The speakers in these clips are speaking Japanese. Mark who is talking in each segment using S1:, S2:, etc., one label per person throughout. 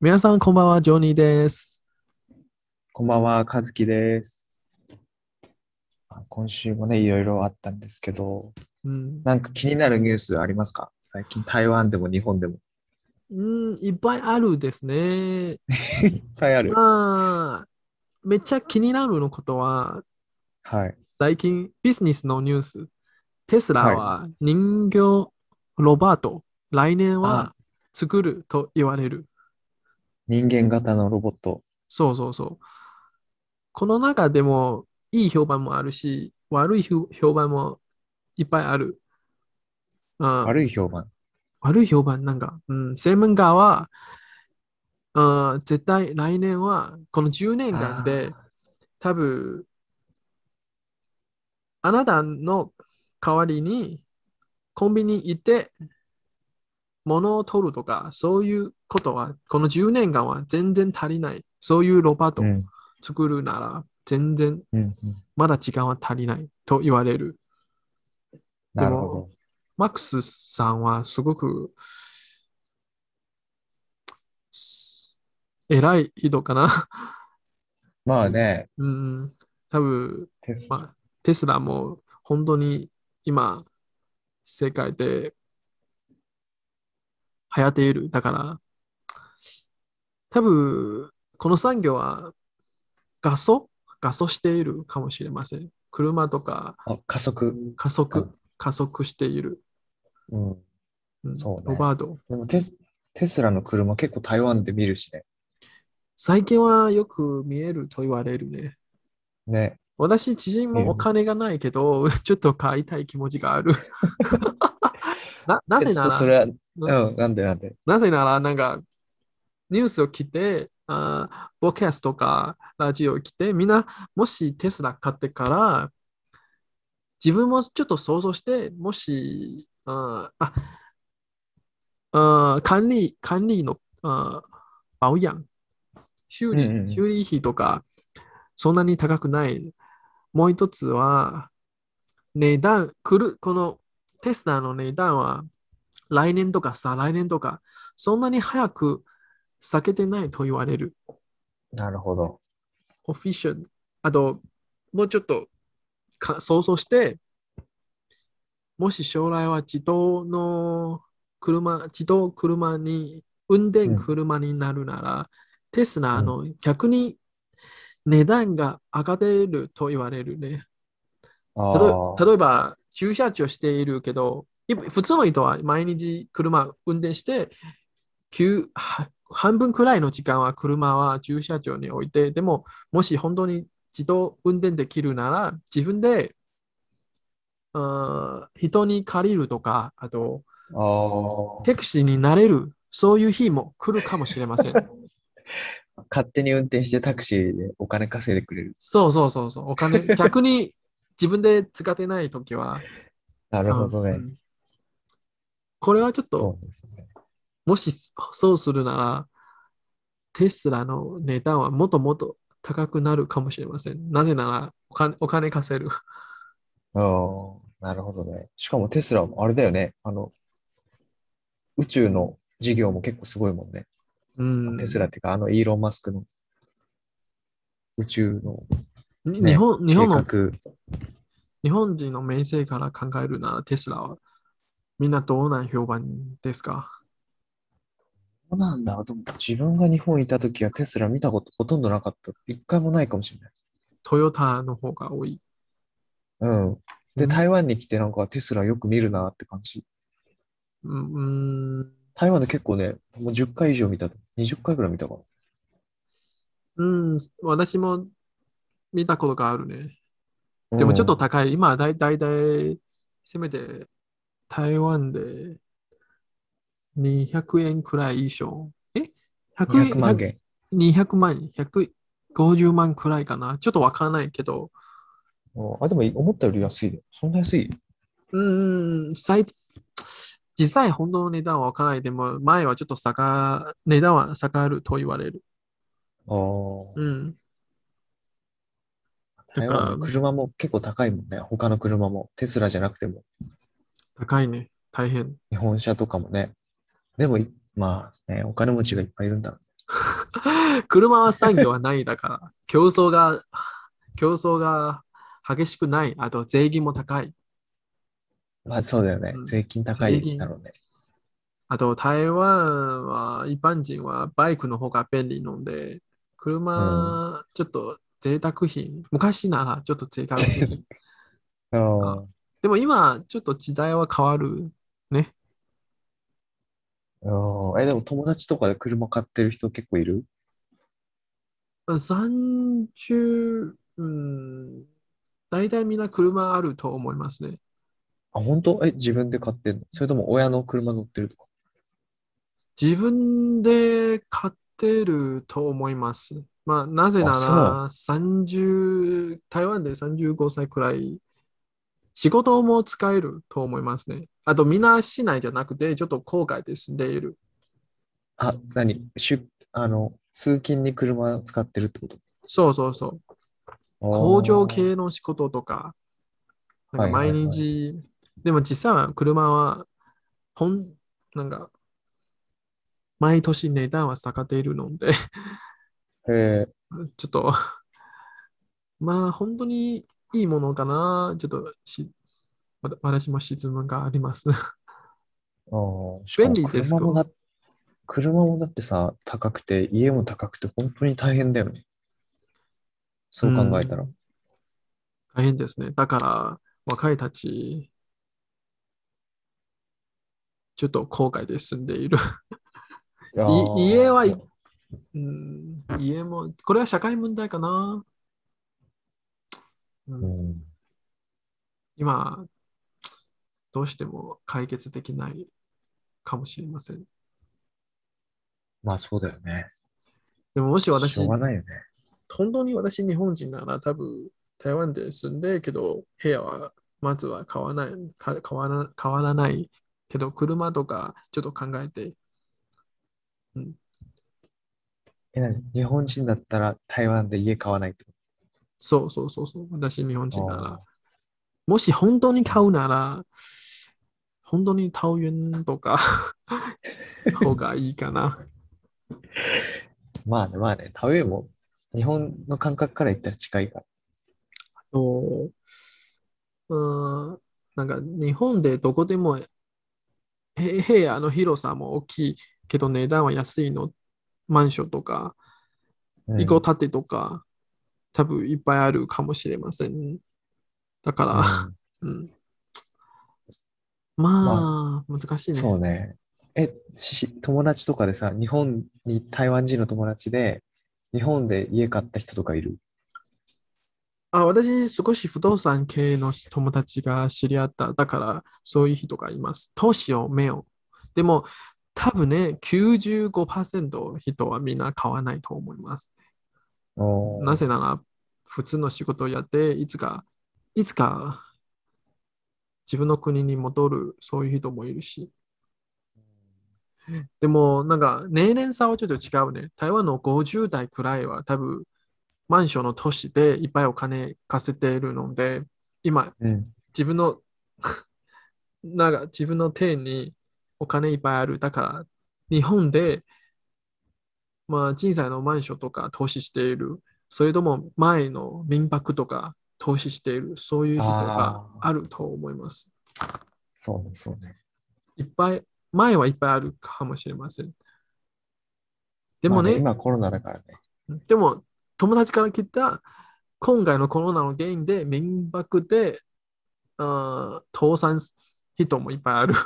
S1: 皆さん、こんばんは、ジョニーです。
S2: こんばんは、和樹です。あ今週もね、いろいろあったんですけど、
S1: うん、
S2: なんか気になるニュースありますか最近台湾でも日本でも。
S1: うん、いっぱいあるですね。
S2: いっぱいある。
S1: まあ、めっちゃ気になるのことは、
S2: はい。
S1: 最近ビジネスのニュース。テスラは人形ロバート、来年は作ると言われる。
S2: 人間型のロボット。
S1: そうそうそう。この中でもいい評判もあるし、悪い評評判もいっぱいある。あ
S2: 悪い評判。
S1: 悪い評判なんか、うん、専門家は、あー絶対来年は、この10年間で、多分、あなたの代わりに、コンビニ行って、物を取るとか、そういうことは、この10年間は全然足りない。そういうロバート
S2: うん。うん
S1: 作るなら、全然、
S2: うん。
S1: まだ時間は足りないと言われる。
S2: なるほど。
S1: マックスさんはすごくす偉い人かな。
S2: まあね、
S1: うん、多分、
S2: テス
S1: まあ、テスラも本当に今、世界で流行っている。だから、多分、この産業は画素画素しているかもしれません。車とか
S2: あ加速。
S1: 加
S2: う
S1: 速
S2: ん、
S1: 加速している。
S2: うん。
S1: うん
S2: そうね
S1: ロバート。
S2: でもテステスラの車結構台湾で見るしね。
S1: 最近はよく見えると言われるね。
S2: ね。
S1: 私、知人
S2: ええ
S1: もお金がないけど、 ちょっと買いたい気持ちがある。 な、なぜな
S2: えそそ
S1: ら、
S2: れは、うん、なんでなんで。
S1: なぜなら、なんか、ニュースを聞いて、あー、ボキャスとかラジオを聞いて、みんな、もしテスラ買ってから、自分もちょっと想像して、もし、あー、あ、あー管理、管理の、あー、保養、修
S2: うんうんうん
S1: 理、修理費とか、そんなに高くない。もう一つは、値段、くる、このテスラの値段は、来年とか再来年とか、そんなに早く避けてないと言われる。
S2: なるほど。
S1: オフィシャル。あと、もうちょっとか想像して、もし将来は自動の車、自動車に、運転車になるなら、テスラの逆に値段が上がっていると言われるね。
S2: あ
S1: たと
S2: あ。
S1: 例えば、駐車場しているけど、い普通の人は毎日車運転して、急は半分くらいの時間は車は駐車場に置いて、でも、もし本当に自動運転できるなら、自分で、あー人に借りるとか、あと、
S2: あ
S1: テクシーになれる、そういう日も来るかもしれま せん。
S2: あ。勝手に運転してタクシーでお金稼いでくれる。
S1: そうそうそうそう、お金、逆に自分で使ってないときは、
S2: なるほどね。
S1: うんこれはちょっと、
S2: そうですね。
S1: もしそうするなら、テスラの値段はもっともっと高くなるかもしれません。なぜならお金、お金稼げる。
S2: うんなるほどね。しかもテスラもあれだよね。あの、宇宙の事業も結構すごいもんね。
S1: うん、
S2: テスラっていうか、あの、イーロン・マスクの宇宙の
S1: に
S2: ね
S1: 日本日
S2: 計
S1: 本の
S2: 画。
S1: 日本人の名声から考えるならテスラはみんなどうなん評判ですか
S2: そうなんだ。でも自分が日本にいた時はテスラ見たことほとんどなかった。一回もないかもしれない。
S1: トヨタの方が多い。
S2: うん。で、
S1: うん
S2: 台湾に来てなんかテスラよく見るなって感じ。
S1: うんうん
S2: 台湾で結構ね、もう10回以上見たと。20回ぐらい見たかな。
S1: うん、私も見たことがあるね。でもちょっと
S2: うん
S1: 高い。今だい、だいたい、せめて台湾で200円くらい以上。え ?100
S2: 200万円。
S1: 200万円、150万くらいかな。ちょっとわからないけど、
S2: うんあ、でも思ったより安いね。そんな安いう
S1: ーん、最、実際本当の値段はわからない。でも、前はちょっと下が、値段は下がると言われる。
S2: ああ。
S1: うん。だ
S2: 台
S1: から
S2: 湾の車も結構高いもんね。他の車も。テスラじゃなくても。
S1: 高いね。大変。
S2: 日本車とかもね。でもい、まあね、お金持ちがいっぱいいるんだろ
S1: 車は産業はないだから、競争が、競争が激しくない。あと、税金も高い。
S2: まあそうだよね
S1: う。ん
S2: 税金高
S1: 税
S2: い
S1: 金
S2: だろうね。
S1: あと、台湾は一般人はバイクの方が便利なので、車、ちょっと贅沢品。昔ならちょっと贅沢品。
S2: あー
S1: でも今、ちょっと時代は変わる。ね。
S2: あーえ、でも友達とかで車買ってる人結構いる
S1: 30、うん、大体みんな車あると思いますね。
S2: あ、本当え、自分で買ってんのそれとも親の車乗ってるとか
S1: 自分で買ってると思います。まあ、なぜなら30、台湾で35歳くらい、仕事も使えると思いますね。あと、みんな市内じゃなくて、ちょっと郊外で住んでいる。
S2: あ、何出、あの、通勤に車使ってるってこと
S1: そうそうそう。
S2: あー
S1: 工場系の仕事とか、なんか
S2: はい
S1: 毎
S2: はいはい
S1: 日、でも実際は車は、ほん、なんか、毎年値段は下がっているので、
S2: へー
S1: ちょっと、 まあ、本当にいいものかな。ちょっとし、わた私も質問があります。
S2: あーしか
S1: 便
S2: も
S1: 利ですか
S2: 車もだ、車もだってさ、高くて、家も高くて、本当に大変だよね。そう考えたら。
S1: うん大変ですね。だから、若いたち、ちょっと郊外で住んでいる。
S2: いやー
S1: い家はいうん、家も、これは社会問題かな。う、
S2: うんん、
S1: 今、どうしても解決できないかもしれません。
S2: まあそうだよね。
S1: でも、もし
S2: しょ
S1: 私
S2: う、がないよね。
S1: 本当に私日本人なら多分台湾で住んでけど部屋はまずは買わないか変わら変わらないけど車とかちょっと考えて
S2: え、何日本人だったら台湾で家買わないってこ
S1: そうそうそうそう私日本人
S2: と
S1: な
S2: あ
S1: らもし本当に買うなら本当に桃園とか方がいいかな
S2: ーまあね、まあね、食べも日本の感覚から言ったら近いから。
S1: とうんなんか日本でどこでもへ部屋の広さも大きいけど値段は安いのマンションとか
S2: うん
S1: 囲碁立てとか、多分いっぱいあるかもしれません。だか
S2: う
S1: ら、う
S2: ん
S1: ん。まあ、難しいね。
S2: そうね。え、しし友達とかでさ、日本に台湾人の友達で、日本で家買った人とかいる
S1: あ、私、少し不動産系の友達が知り合った。だから、そういう人がいます。投資を目を。でも、多分ね、95%人はみんな買わないと思います。
S2: おー
S1: なぜなら、普通の仕事をやって、いつか、いつか、自分の国に戻る、そういう人もいるし。でも、なんか、年齢差はちょっと違うね。台湾の50代くらいは多分、マンションの都市でいっぱいお金稼いでいるので、今、
S2: うん。
S1: 自分の、 なんか自分の手にお金いっぱいある。だから、日本で、まあ、人材のマンションとか投資している。それとも前の民泊とか投資している。そういう人があると思います。
S2: そうね、そうね。
S1: いっぱい、前はいっぱいあるかもしれません。でも
S2: まあ
S1: ね、
S2: 今コロナだからね。
S1: でも友達から聞いた、今回のコロナの原因で民泊で、あー倒産す人もいっぱいある。
S2: い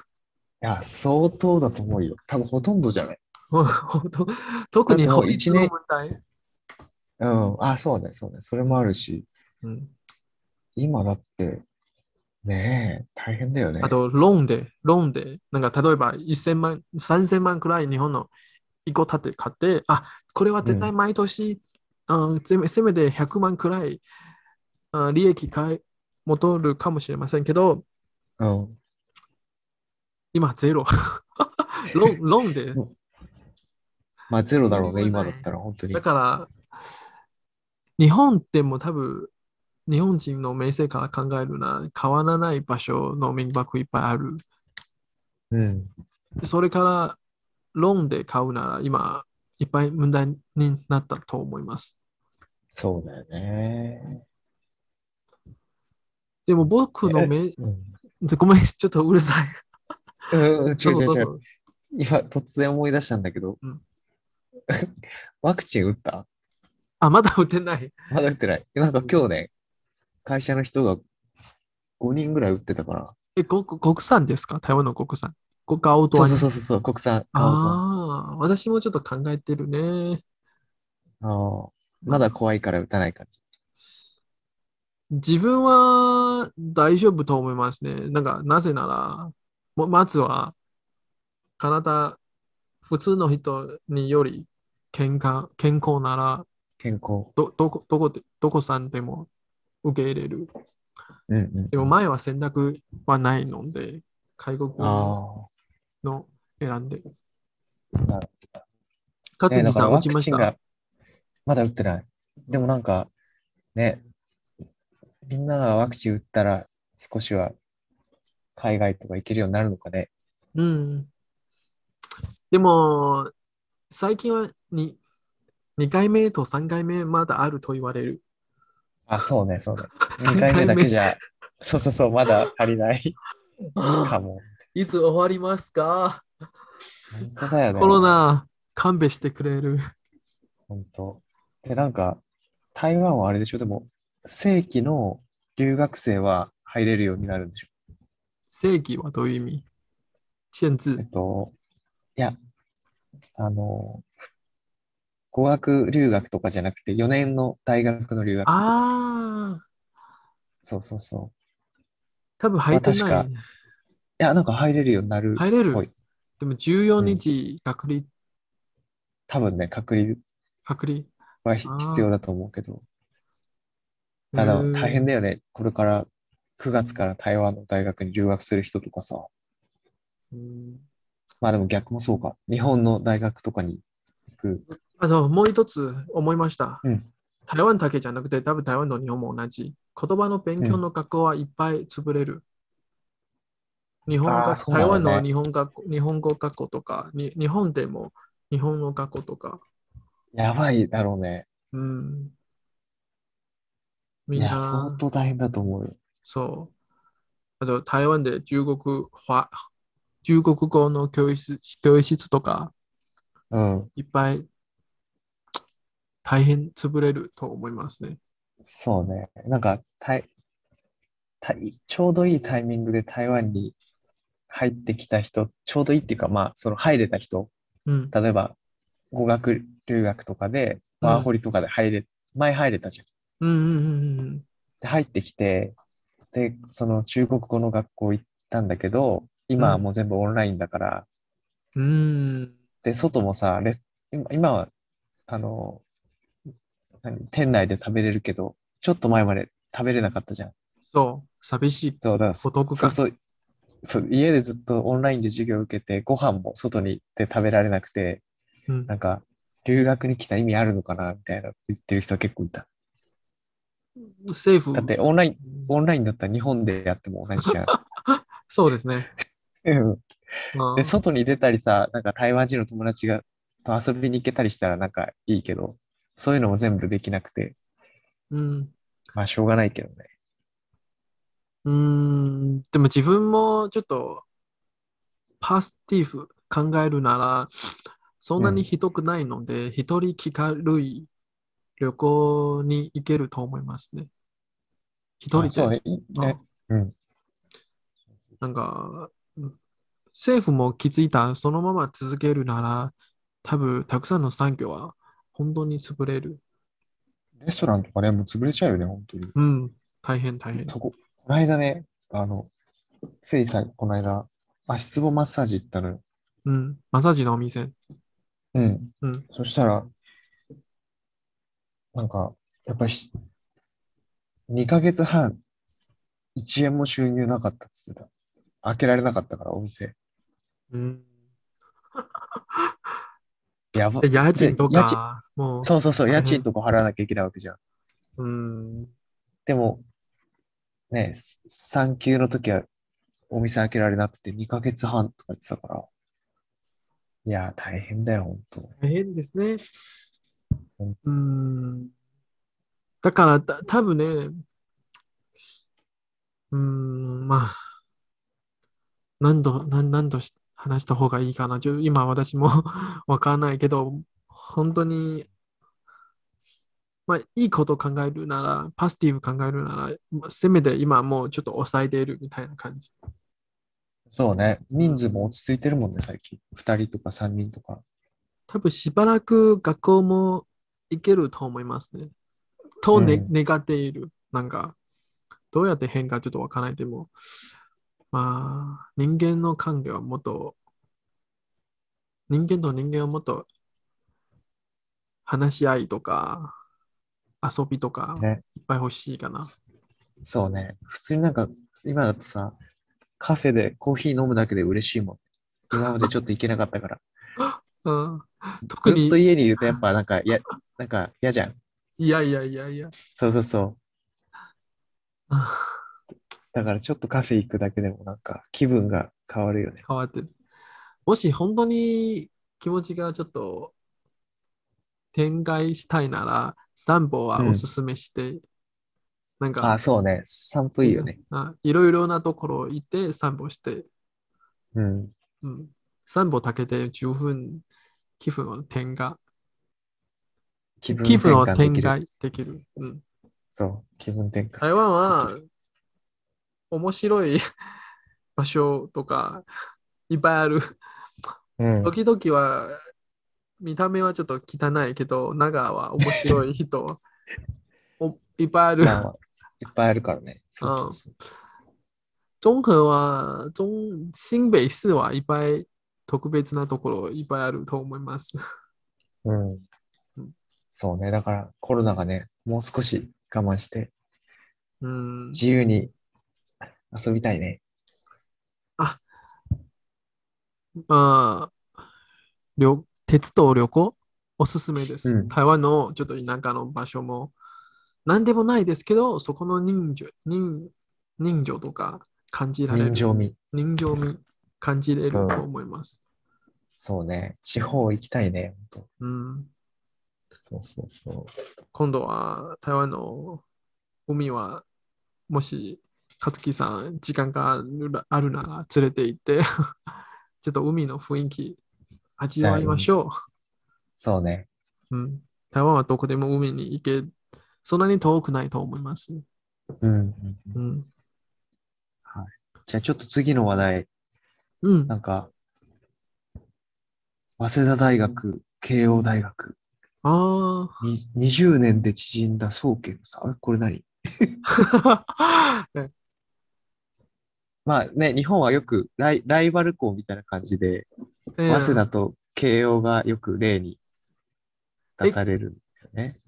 S2: や、相当だと思うよ。多分ほとんどじゃない。
S1: 本当特に
S2: だってもう
S1: 法律の問題。
S2: うん。あ、そうね、そうね。それもあるし、
S1: うん
S2: 今だって、ねえ、大変だよね。
S1: あと、ローンで、ローンで、なんか例えば1000万、3000万くらい日本の一個建て買って、あ、これは絶対毎年、うんせめせめて100万くらい、あ利益かい戻るかもしれませんけど、
S2: うん。
S1: 今ゼロ。ローンローンで
S2: う。んまあゼロだろうね、今だったら本当に
S1: だ。から、日本ってもう多分、日本人の名声から考えるな、変わらない場所の民泊いっぱいある。
S2: うん。
S1: それから、ローンで買うなら、今、いっぱい問題になったと思います。
S2: そうだよね。
S1: でも僕のめ、
S2: うん。
S1: ごめん、ちょっとうるさい。
S2: うん、違
S1: どう
S2: う
S1: ぞ どう
S2: 違う違う。
S1: ぞ。
S2: 今、突然思い出したんだけど、
S1: うん
S2: ワクチン打った
S1: あ、まだ打てない。
S2: まだ打ってない。なんか今日ね、会社の人が5人ぐらい打ってたから。
S1: え、ご国産ですか台湾の国産。ごガオド
S2: そ
S1: ア
S2: う
S1: ニ
S2: そうそうそう、国産。
S1: あ
S2: あ
S1: あ、私もちょっと考えてるね。
S2: あーまだ怖いから打たない感じ。
S1: 自分は大丈夫と思いますね。なんか、なぜなら、もまずは、カナダ、普通の人により健康、健康なら、
S2: 健康。
S1: ど、どこ、どこで、どこさんでも受け入れる。
S2: うんうん。
S1: でも前は選択はないので、外国の
S2: あ
S1: 選んで。
S2: なるあ。
S1: 勝
S2: ね
S1: 美
S2: だ
S1: さ
S2: から
S1: ん、打
S2: ワ
S1: ち
S2: ク
S1: まし
S2: チン
S1: た。
S2: がまだ打ってない。でもなんか、ね、みんながワクチン打ったら少しは海外とか行けるようになるのかね。
S1: うん。でも、最近はに2回目と3回目まだあると言われる。
S2: あ、そうね、そうね。
S1: 三
S2: 2回目だけじ
S1: ゃ。
S2: ゃ、そうそうそう、まだ足りないかも。
S1: いつ終わりますか
S2: 本当だよね。
S1: コロ。ナ、勘弁してくれる。
S2: 本当。で、なんか、台湾はあれでしょ、でも、正規の留学生は入れるようになるんでしょ。
S1: 正義はどういう意味限
S2: え
S1: 制
S2: っ。と、いや、あの、語学留学とかじゃなくて、4年の大学の留学とか。
S1: ああ、
S2: そうそうそう。
S1: 多分入って
S2: ま
S1: な
S2: あ
S1: い
S2: 確。いや、なんか入れるようになる
S1: 入れ
S2: っぽい
S1: る。でも14日隔離、
S2: 多分ね、隔離
S1: 隔離。
S2: はひ
S1: あー
S2: 必要だと思うけど。ただ、
S1: うーん
S2: 大変だよね。これから、9月から台湾の大学に留学する人とかさ。
S1: うん
S2: まあでも逆もそうか。日本の大学とかに行く。
S1: あと、もう一つ思いました。
S2: うん
S1: 台湾だけじゃなくて、多分台湾と日本も同じ。言葉の勉強の学校はいっぱい潰れる。日本
S2: あー
S1: が
S2: そうだ
S1: 台
S2: よね
S1: 湾の日本学校日本語学校とかに、日本でも日本の学校とか、
S2: やばいだろうね。
S1: うん。み
S2: い
S1: んな、
S2: や、相当大変だと思うよ。
S1: そう。あと、台湾で中国話、中国語の教室教室とか、
S2: うん。
S1: いっぱい大変潰れると思いますね。
S2: そうね。なんか、たいたいちょうどいいタイミングで台湾に入ってきた人、ちょうどいいっていうか、まあ、その入れた人、
S1: うん。
S2: 例えば、語学留学とかで、ワーホリとかで入れ、前入れたじゃん。
S1: うんうんうんうん。
S2: で、入ってきて、で、その中国語の学校行ったんだけど、今はもう全部オンラインだから、
S1: うーん。
S2: で、外もさ、レス今今は、あの、何店内で食べれるけど、ちょっと前まで食べれなかったじゃん。
S1: そう、寂しい
S2: そう、だからそ
S1: 孤独
S2: そう
S1: 感。
S2: そう、そう、家でずっとオンラインで授業を受けて、ご飯も外にで食べられなくて、
S1: うん
S2: なんか、留学に来た意味あるのかな、みたいな言ってる人は結構いた。
S1: 政府
S2: だっ、て、オンライン、オンラインだったら日本でやっても同じ じゃん。
S1: そうですね。
S2: うん
S1: あー
S2: で、外に出たりさ、なんか台湾人の友達がと遊びに行けたりしたらなんかいいけど、そういうのも全部できなくて、
S1: うん。
S2: まあしょうがないけどね。
S1: うーん。でも自分もちょっと、パスティフ考えるなら、そんなにひどくないので、一人気軽い旅行に行けると思いますね。一
S2: あ
S1: 人
S2: そう
S1: で。
S2: ね。いねうん。
S1: なんか、うん政府も気づいた、そのまま続けるなら、多分、たくさんの産業は本当に潰れる。
S2: レストランとかね、もう潰れちゃうよね、本当に。
S1: うん、大変大変。
S2: そこ、この間ね、あの、ついさ、この間、足つぼマッサージ行ったのよ。
S1: うん、マッサージのお店。
S2: うん。
S1: うん、
S2: そしたら、なんか、やっぱりし、2ヶ月半、1円も収入なかったっつってた。開けられなかったから、お店。
S1: うん。
S2: やば
S1: で、家賃と
S2: で家賃
S1: か、もう、
S2: そうそうそう、
S1: 大
S2: 家
S1: 変
S2: 賃とか払わなきゃいけないわけじゃん。
S1: うん、
S2: でも、ね、産休の時はお店開けられなくて2ヶ月半とか言ってたから、いや、大変だよ、本当。
S1: 大変ですね
S2: うん。
S1: うん。だから、た多分ね、うん、まあ、何度、何何度し話した方がいいかな。ちょ今、私も わからないけど、本当に、まあ、いいこと考えるなら、パスティブ考えるなら、まあせめて今もうちょっと抑えているみたいな感じ。
S2: そうね。人数も落ち着いてるもんね、最近。2人とか3人とか。
S1: 多分しばらく学校も行けると思いますね。と、ね
S2: う
S1: 願っている。なんか、どうやって変化ちょっとわからないでも、まあ、人間の関係はもっと、人間と人間をもっと話し合いとか、遊びとか、
S2: ね
S1: いっぱい欲しいかな。
S2: そうね。普通になんか、今だとさ、カフェでコーヒー飲むだけで嬉しいもん。今までちょっと行けなかったから。
S1: うん、特
S2: ずっ
S1: に
S2: と、家にいるとやっぱなんか、や、なんか嫌じゃん。
S1: いやいやいやいや。
S2: そうそうそう。だからちょっとカフェ行くだけでもなんか気分が変わるよね。
S1: 変わってる。もし本当に気持ちがちょっと展開したいなら、散歩はおすすめして、なん
S2: あ
S1: か、
S2: そうね。散歩いいよね。
S1: あいろいろなところ行って散歩して、
S2: うん。
S1: うん、散歩だけで十分気分を転換、
S2: 気分
S1: 気分を
S2: 転換
S1: 転
S2: できる。
S1: 換できる。うん、
S2: そう。気分転換。
S1: 台湾は面白い 場所とかいっぱいある。
S2: うん。
S1: 時々は見た目はちょっと汚いけど、長は面白い 人おいっぱいある。
S2: まあいっぱいあるから ね。そうそうそう。
S1: 中和は、中新北市はいっぱい特別なところいっぱいあると思います。
S2: うん
S1: うん。
S2: そうね。だからコロナがね、もう少し我慢して、
S1: うん、
S2: 自由に遊びたいね。
S1: まあ旅鉄道旅行おすすめです。
S2: うん
S1: 台湾のちょっと田舎の場所も何でもないですけど、そこの人情人人情とか感じられる。
S2: 人情味。
S1: 人情味感じれる
S2: うん
S1: と思います。
S2: そうね。地方行きたいね。ほんと
S1: うん、
S2: そうそうそ
S1: 今度は台湾の海は、もし、勝木さん、時間があるなあるなら連れて行って、 ちょっと海の雰囲気、味わいましょ
S2: う。そうね。
S1: う。うん、台湾はどこでも海に行け、そんなに遠くないと思います。
S2: うんうん。
S1: うん。
S2: じゃあちょっと次の話題。
S1: うん
S2: な、んか、早稲田大学、慶応大学、
S1: あ
S2: に20年で縮んだ総計のさ、あれこれ何
S1: あ。 ね
S2: まあね、日本はよくライライバル校みたいな感じで、
S1: え
S2: 早稲
S1: え
S2: 田と慶応がよく例に出されるんだよね。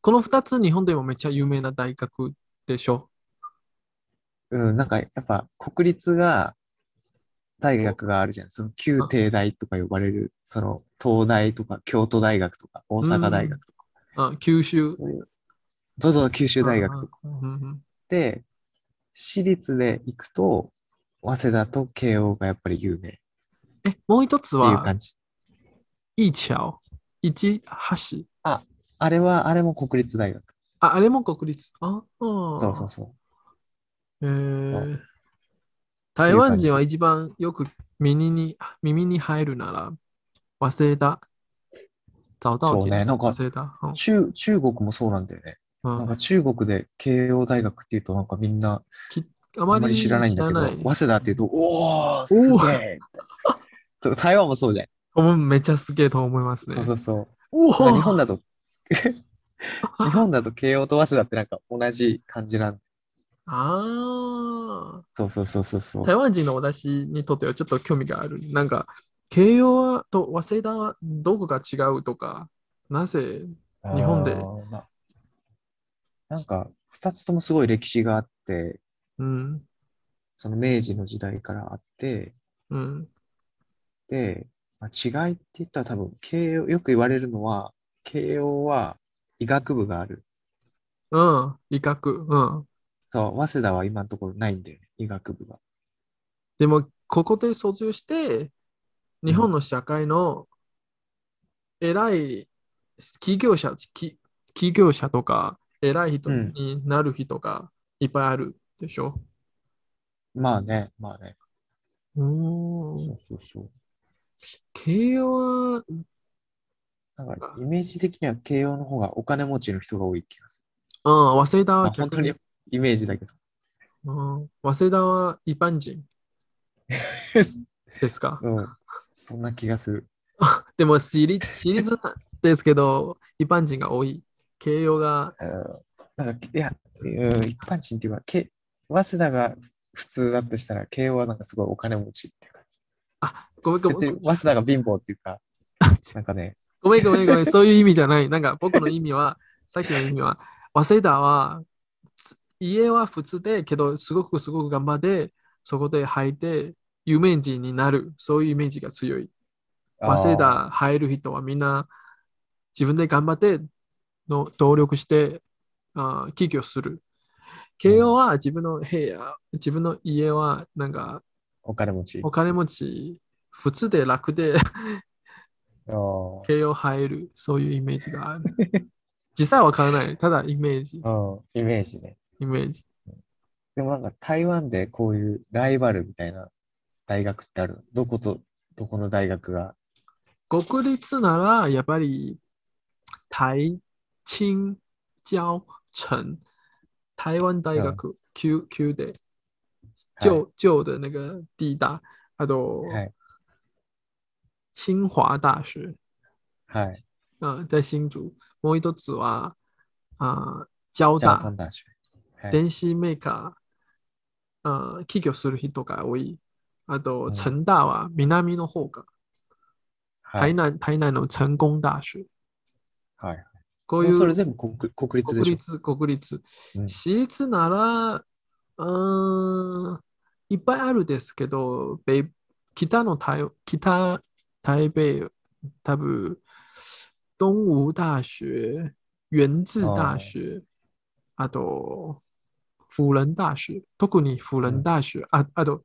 S1: この2つ、日本でもめっちゃ有名な大学でしょ。
S2: うん、なんかやっぱ国立が、大学があるじゃん。その旧帝大とか呼ばれる、その東大とか京都大学とか大阪大学とか、
S1: あ九州。
S2: そういう、どうぞ九州大学とか。
S1: うんうん
S2: で、私立で行くと、早稲田と慶応がやっぱり有名って
S1: え、もう一つ
S2: いう
S1: は、
S2: 感じ。
S1: 一橋、一橋。
S2: あれは、あれも国立大学。
S1: あ、あれも国立。ああ。
S2: そうそうそ
S1: え
S2: う。
S1: ー
S2: そう
S1: 台湾人は一番よく耳に耳に入るなら、早稲田。早稻
S2: そう
S1: 田、
S2: ねなんか
S1: 早稲田。
S2: 中、中国もそうなんだよね。
S1: うん
S2: なん
S1: うん
S2: か中国で慶応大学っていうとなんかみんな
S1: あ
S2: あ
S1: ま
S2: んまり知らないんだけど、
S1: 知らない
S2: 早稲田っていうと、おー、すげえ そう台湾もそうじゃん。
S1: うんめっちゃすげえと思いますね。
S2: そうそうそう。
S1: おお
S2: まあ日本だと、日本だと慶応と早稲田ってなんか同じ感じなん
S1: あ
S2: そうそうそうそうそ
S1: あ。
S2: う。
S1: 台湾人の私にとってはちょっと興味がある。なんか、慶応と早稲田はどこが違うとか、なぜ日本で
S2: あーななんか、二つともすごい歴史があって、
S1: うん。
S2: その明治の時代からあって、
S1: うん。
S2: で、まあ、違いって言ったら多分、慶応、よく言われるのは、慶応は医学部がある。
S1: うん。威嚇。うん。
S2: そう、早稲田は今のところないんだよね、医学部が。
S1: でも、ここで卒業して、日本の社会の偉い企業者、き企業者とか、偉い人
S2: うん
S1: になる人がいっぱいあるでしょ。
S2: まあね、まあね。
S1: う
S2: そ
S1: ん、
S2: うそうそう。
S1: 経営は、
S2: なんか、イメージ的には慶応の方がお金持ちの人が多い気がす
S1: うん、早稲田
S2: る。
S1: は
S2: まあ、本当
S1: 逆
S2: に
S1: に、
S2: イメージだ けど。
S1: うん、早稲田は一般人ですか。
S2: うん。そんな気がする。
S1: でも私立、私立なんですけど、一般人が多い。慶応が、
S2: うんなんか、いや、うん一般人っていうか、け早稲田が普通だとしたら、慶応はなんかすごいお金持ちっていうか、
S1: ごめんごめん
S2: 別に早稲田が貧乏っていうか、なんかね、
S1: ごめんごめんごめん、そういう意味じゃない。なんか僕の意味は、さっきの意味は、早稲田は、つ家は普通で、けど、すごくすごく頑張って、そこで入って、有名人になる、そういうイメージが強い。
S2: あー
S1: 早稲田入る人はみんな、自分で頑張って、の努力して、あー起業する。慶応は自分の部屋、自分の家は、なんか、
S2: お金持ち。
S1: お金持ち、普通で楽で、
S2: あー
S1: 慶応入る、そういうイメージがある。実際わからない。ただイメージ、
S2: うん、イメージね。
S1: イメージ。
S2: でもなんか台湾でこういうライバルみたいな大学ってあるのどことどこの大学が。
S1: 国立なら、やっぱり、台、清、交、城、台湾大学、旧、旧で、旧、旧的那个地大、あと、
S2: はい。
S1: 清華大学、
S2: はい。
S1: うん、在新竹。もう一つは、あ交
S2: 交
S1: 大
S2: 通、大学。はい。
S1: 電子メーカー、あ起業する人が多い。あ
S2: う
S1: と、
S2: ん
S1: 成大は南の方か。
S2: は
S1: 台
S2: い。
S1: 南、台南の成功大学。
S2: はい、
S1: こう
S2: も
S1: いう
S2: それ
S1: う
S2: 全部国国立で
S1: 国
S2: しょ。
S1: 立、国立。
S2: うん
S1: 私立なら、うーん、いっぱいあるですけど、北北の台、北台北、多分、東吴大学、元智大学、あと、辅仁大学、特に辅仁大学、ああと、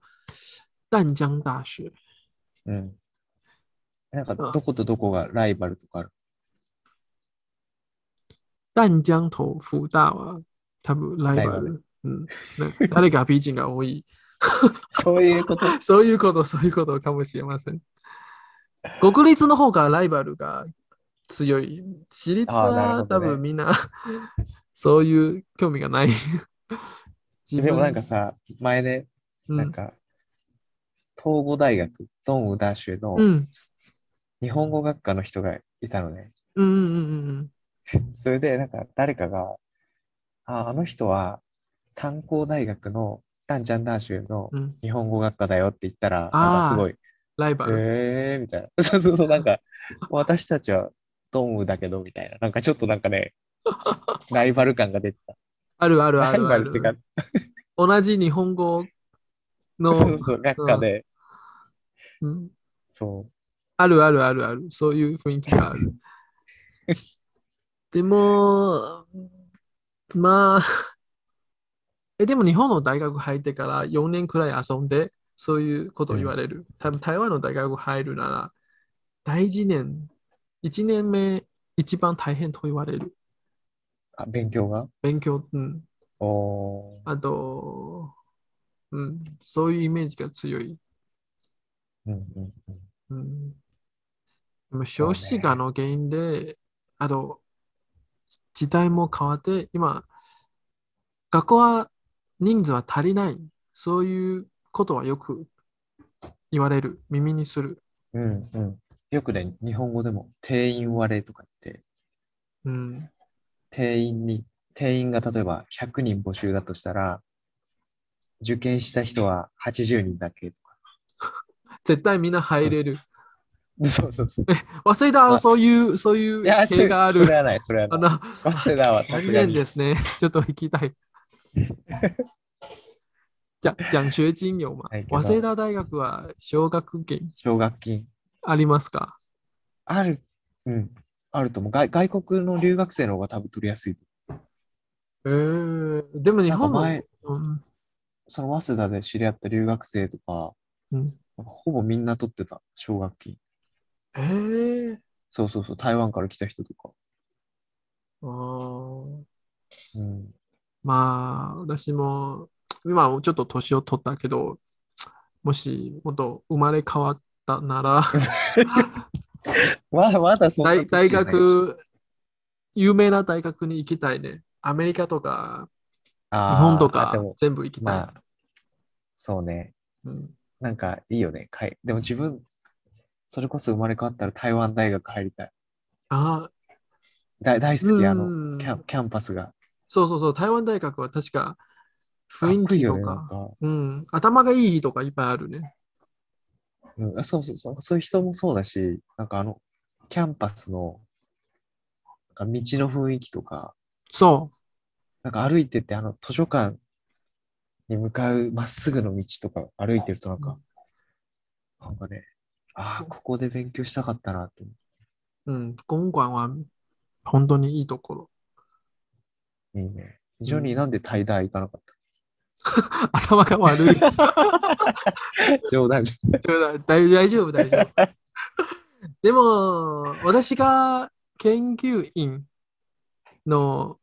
S1: 淡江大学。
S2: うん。なんかどことどこがライバルとかある。
S1: 淡江と福大は多分ライバ
S2: ライバ
S1: ル。うん、な誰が美人が多い。
S2: そういうこと。
S1: そういうこと、そういうことかもしれません。国立の方がライバルが強い。私立
S2: あーなる
S1: は
S2: ほ
S1: 多
S2: どね
S1: 分みんな そういう興味が ない。自
S2: でもなんかさ、前ね、
S1: うん
S2: なんか、東語大学、ドンウダー州の
S1: うん、
S2: 日本語学科の人がいたのね。
S1: うん、うん、うん
S2: それで、なんか誰かが、あ、あの人は炭鉱大学のダンチャンダー州の
S1: うん、うん。
S2: 日本語学科だよって言ったら、
S1: あー
S2: なんかすごい、
S1: ライバル。
S2: えーみたいな。 そうそうそう、なんか、私たちはドンウだけど、みたいな。なんかちょっとなん かね、ライバル感が出てた。
S1: あるあるあ
S2: ライ
S1: るあ
S2: バルってか
S1: る。、同じ日本語の、
S2: そうそう、学科で、
S1: うん、
S2: そう。
S1: あるあるあるある。そういう雰囲気がある。でも、まあ、え、でも日本の大学入ってから4年くらい遊んで、そういうことを言われる。多分台湾の大学入るなら、第一年、1年目、一番大変と言われる。
S2: あ、勉強が
S1: 勉強、うん。
S2: おー
S1: あと、うん、そういうイメージが強い。
S2: うんうんうん。
S1: うん。でも少子化の原因で、あと、時代も変わって、今、学校は人数は足りない。そういうことはよく言われる。耳にする。
S2: うんうん。よくね、日本語でも定員割れとか言って、
S1: うん。
S2: 定員に、定員が例えば100人募集だとしたら、受験した人は80人だけとか。
S1: 絶対みんな入れる。
S2: そうそ うそう。
S1: 早稲田はそういう、そうい
S2: いや、
S1: う
S2: そ
S1: 系
S2: れ
S1: があ
S2: それ
S1: る。
S2: はない、それは
S1: あ
S2: ない。
S1: の、
S2: 早稲田はさす
S1: 残
S2: が
S1: 念
S2: に
S1: で。すね。ちょっと聞きたい。じゃ、奖学金有吗
S2: はいけ？ど
S1: 早稲田大学は奨学金
S2: 奨学金。
S1: ありますか
S2: ある、うん、あると思う。外外国の留学生の方が多分取りやすい。
S1: えー、でも日
S2: なんか
S1: 本も、
S2: 前、
S1: うん
S2: その早稲田で知り合った留学生とか、
S1: うん
S2: ほぼみんな取ってた、奨学金。
S1: へえ。
S2: そうそうそう、台湾から来た人とか。
S1: あー
S2: うん。
S1: まあ、私も、今はちょっと年を取ったけど、もし、もっと生まれ変わったな ら、
S2: まだまだそんな
S1: 大、大
S2: 年じゃないでしょ。
S1: 学、有名な大学に行きたいね。アメリカとか、日
S2: あー
S1: 本と
S2: あ
S1: か
S2: でも、
S1: 全部行きたい。
S2: まあ、そうね。
S1: うん、
S2: なんかいいよね。かいでも自分、それこそ生まれ変わったら台湾大学入りたい。
S1: あ
S2: だ大好き、あの、
S1: うん
S2: キャンキャンパスが。
S1: そうそうそう、台湾大学は確か
S2: かっ
S1: 雰囲
S2: こいい
S1: 気
S2: よ
S1: と
S2: ね、なん
S1: か、
S2: か。
S1: うん、頭がいいとかいっぱいあるね。
S2: うん、あそうそうそう、そういう人もそうだし、なんかあの、キャンパスの、なんか道の雰囲気とか、
S1: そ
S2: なんか歩いてて、あの、図書館に向かうまっすぐの道とか歩いてるとなんか、なんかね、ああ、ここで勉強したかったなって思
S1: う、うん、ゴンガンは本当にいいところ。
S2: う。いいね。非常になんでタイダー行かなかっ
S1: 頭が悪い。
S2: た、 冗談じ
S1: ちょうだい大丈夫、大丈夫。 でも、私が研究員の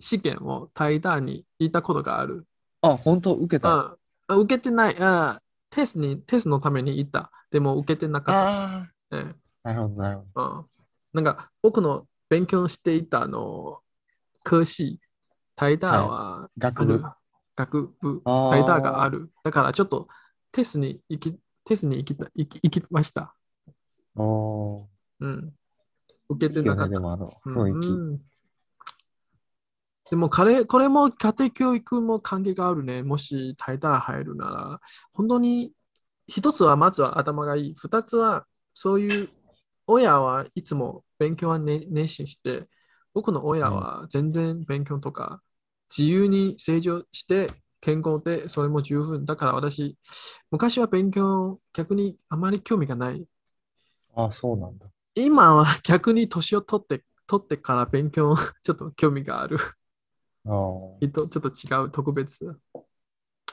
S1: 試験を台大に行ったことがある。
S2: ゃん。あ、本当受けた。あ
S1: ああ受けてないあ。テストに、テストのために行った。でも受けてなかっ
S2: あ
S1: た。ええ
S2: ー、 なるほど、なるほど。
S1: うんなんか、僕の勉強していたあの科系、台大はあ
S2: 学
S1: る
S2: 部。
S1: 学部、
S2: あー
S1: 台大がある。だからちょっとテストに行き、テストに行きた行き行きました。
S2: お
S1: うん。受け
S2: ー。い
S1: て
S2: いよ
S1: なかっ
S2: ね、で
S1: た。
S2: もあの、
S1: うん
S2: 雰囲気。
S1: うんでも彼、これも家庭教育も関係があるね。もし台大入るなら、本当に一つはまずは頭がいい。二つはそういう親はいつも勉強は、ね、熱心して、僕の親は全然勉強とか自由に成長して健康でそれも十分。だから私、昔は勉強逆にあまり興味がない。
S2: ああ、そうなんだ。
S1: 今は逆に年を取って、取ってから勉強、 ちょっと興味がある。
S2: あー
S1: えっと、ちょっと違う、特別。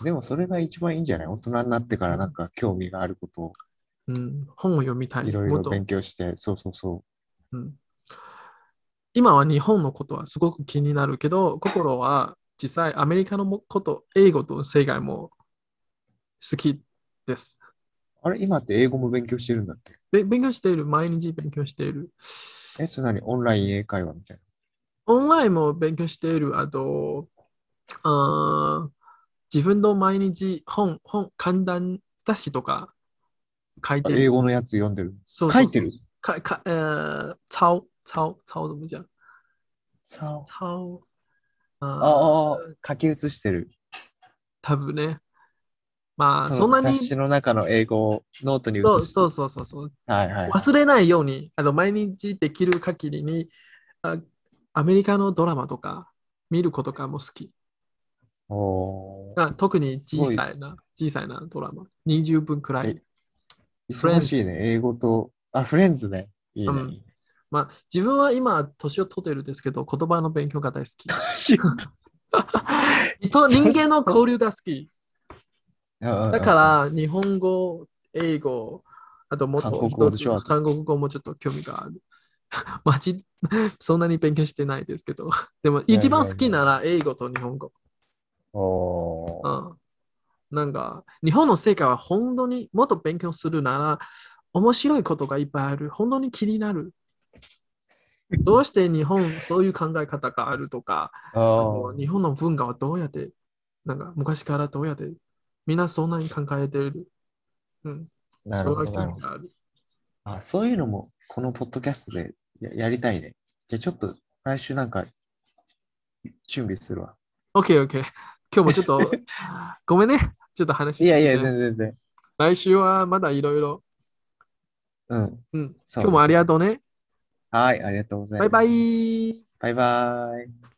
S2: でもそれが一番いいんじゃない大人になってからなんか興味があることを
S1: うん、本を読みたい。
S2: いろい
S1: も
S2: ろ
S1: っと、
S2: 勉強して、そうそうそ
S1: うん。今は日本のことはすごく気になるけど、心は実際アメリカのもこと、英語と世界も好きです。
S2: う。あれ今って英語も勉強してるんだっけ
S1: べ勉強している、毎日勉強している。
S2: え、それ何オンライン英会話みたい
S1: オンラインも勉強している。あと、あー自分の毎日本、本、簡単雑誌とか書いて
S2: な。あ
S1: る。
S2: 英語のやつ読んでる。
S1: そうそう
S2: 書いてる
S1: かかえー、抄、抄、抄怎么讲
S2: そう
S1: 抄、
S2: あ
S1: あー
S2: あああ、書き写してる。
S1: 多分ね。まあ、
S2: そ
S1: そんな
S2: の
S1: に、
S2: 雑誌の中の英語をノートに写して
S1: そ
S2: る
S1: う。そうそうそうそう、
S2: はいはい。
S1: 忘れないように、あの毎日できる限りにあ、アメリカのドラマとか見ることがもう好き。
S2: おー
S1: あ特に
S2: すご
S1: 小
S2: い
S1: さいな、小さいなドラマ。20分くらい
S2: で。忙しいね。英語と。あ、フレンズね。いいね。
S1: うん
S2: いいね
S1: まあ、自分は今、年を取ってるんですけど、言葉の勉強が大 好き。と人間の交流が好き。だ
S2: だ
S1: から、日本語、英語、あともっと
S2: 韓国語
S1: 一つ
S2: でしょあと
S1: 韓国語もちょっと興味がある。 まち、そんなに勉強してないですけど、でも
S2: や
S1: 一番好きなら英語と日本語。
S2: ら。お
S1: う
S2: ー
S1: ん、なんか、日本の世界は本当にもっと勉強するなら、面白いことがいっぱいある。本当に気になる。どうして日本、そういう考え方があるとか、あの
S2: あー
S1: 日本の文化はどうやって、なんか昔からどうやって、みんなそんなに考えてる。うん、
S2: なるほど、なるほど。
S1: ある。
S2: あ、そういうのも、このポッドキャストでや、やりたいね。じゃあちょっと、来週なんか、準備するわ。
S1: OK, OK。今日もちょっ と、ごめんね。ちょっと話し
S2: いやいや、
S1: つけて
S2: 全然全然。
S1: 来週はまだいろいろ。
S2: うん。
S1: うん。
S2: そう
S1: 今日もありがとうね。
S2: はい、ありがとうござい
S1: バ
S2: ま
S1: イ
S2: す。
S1: バイ。
S2: バイバイ。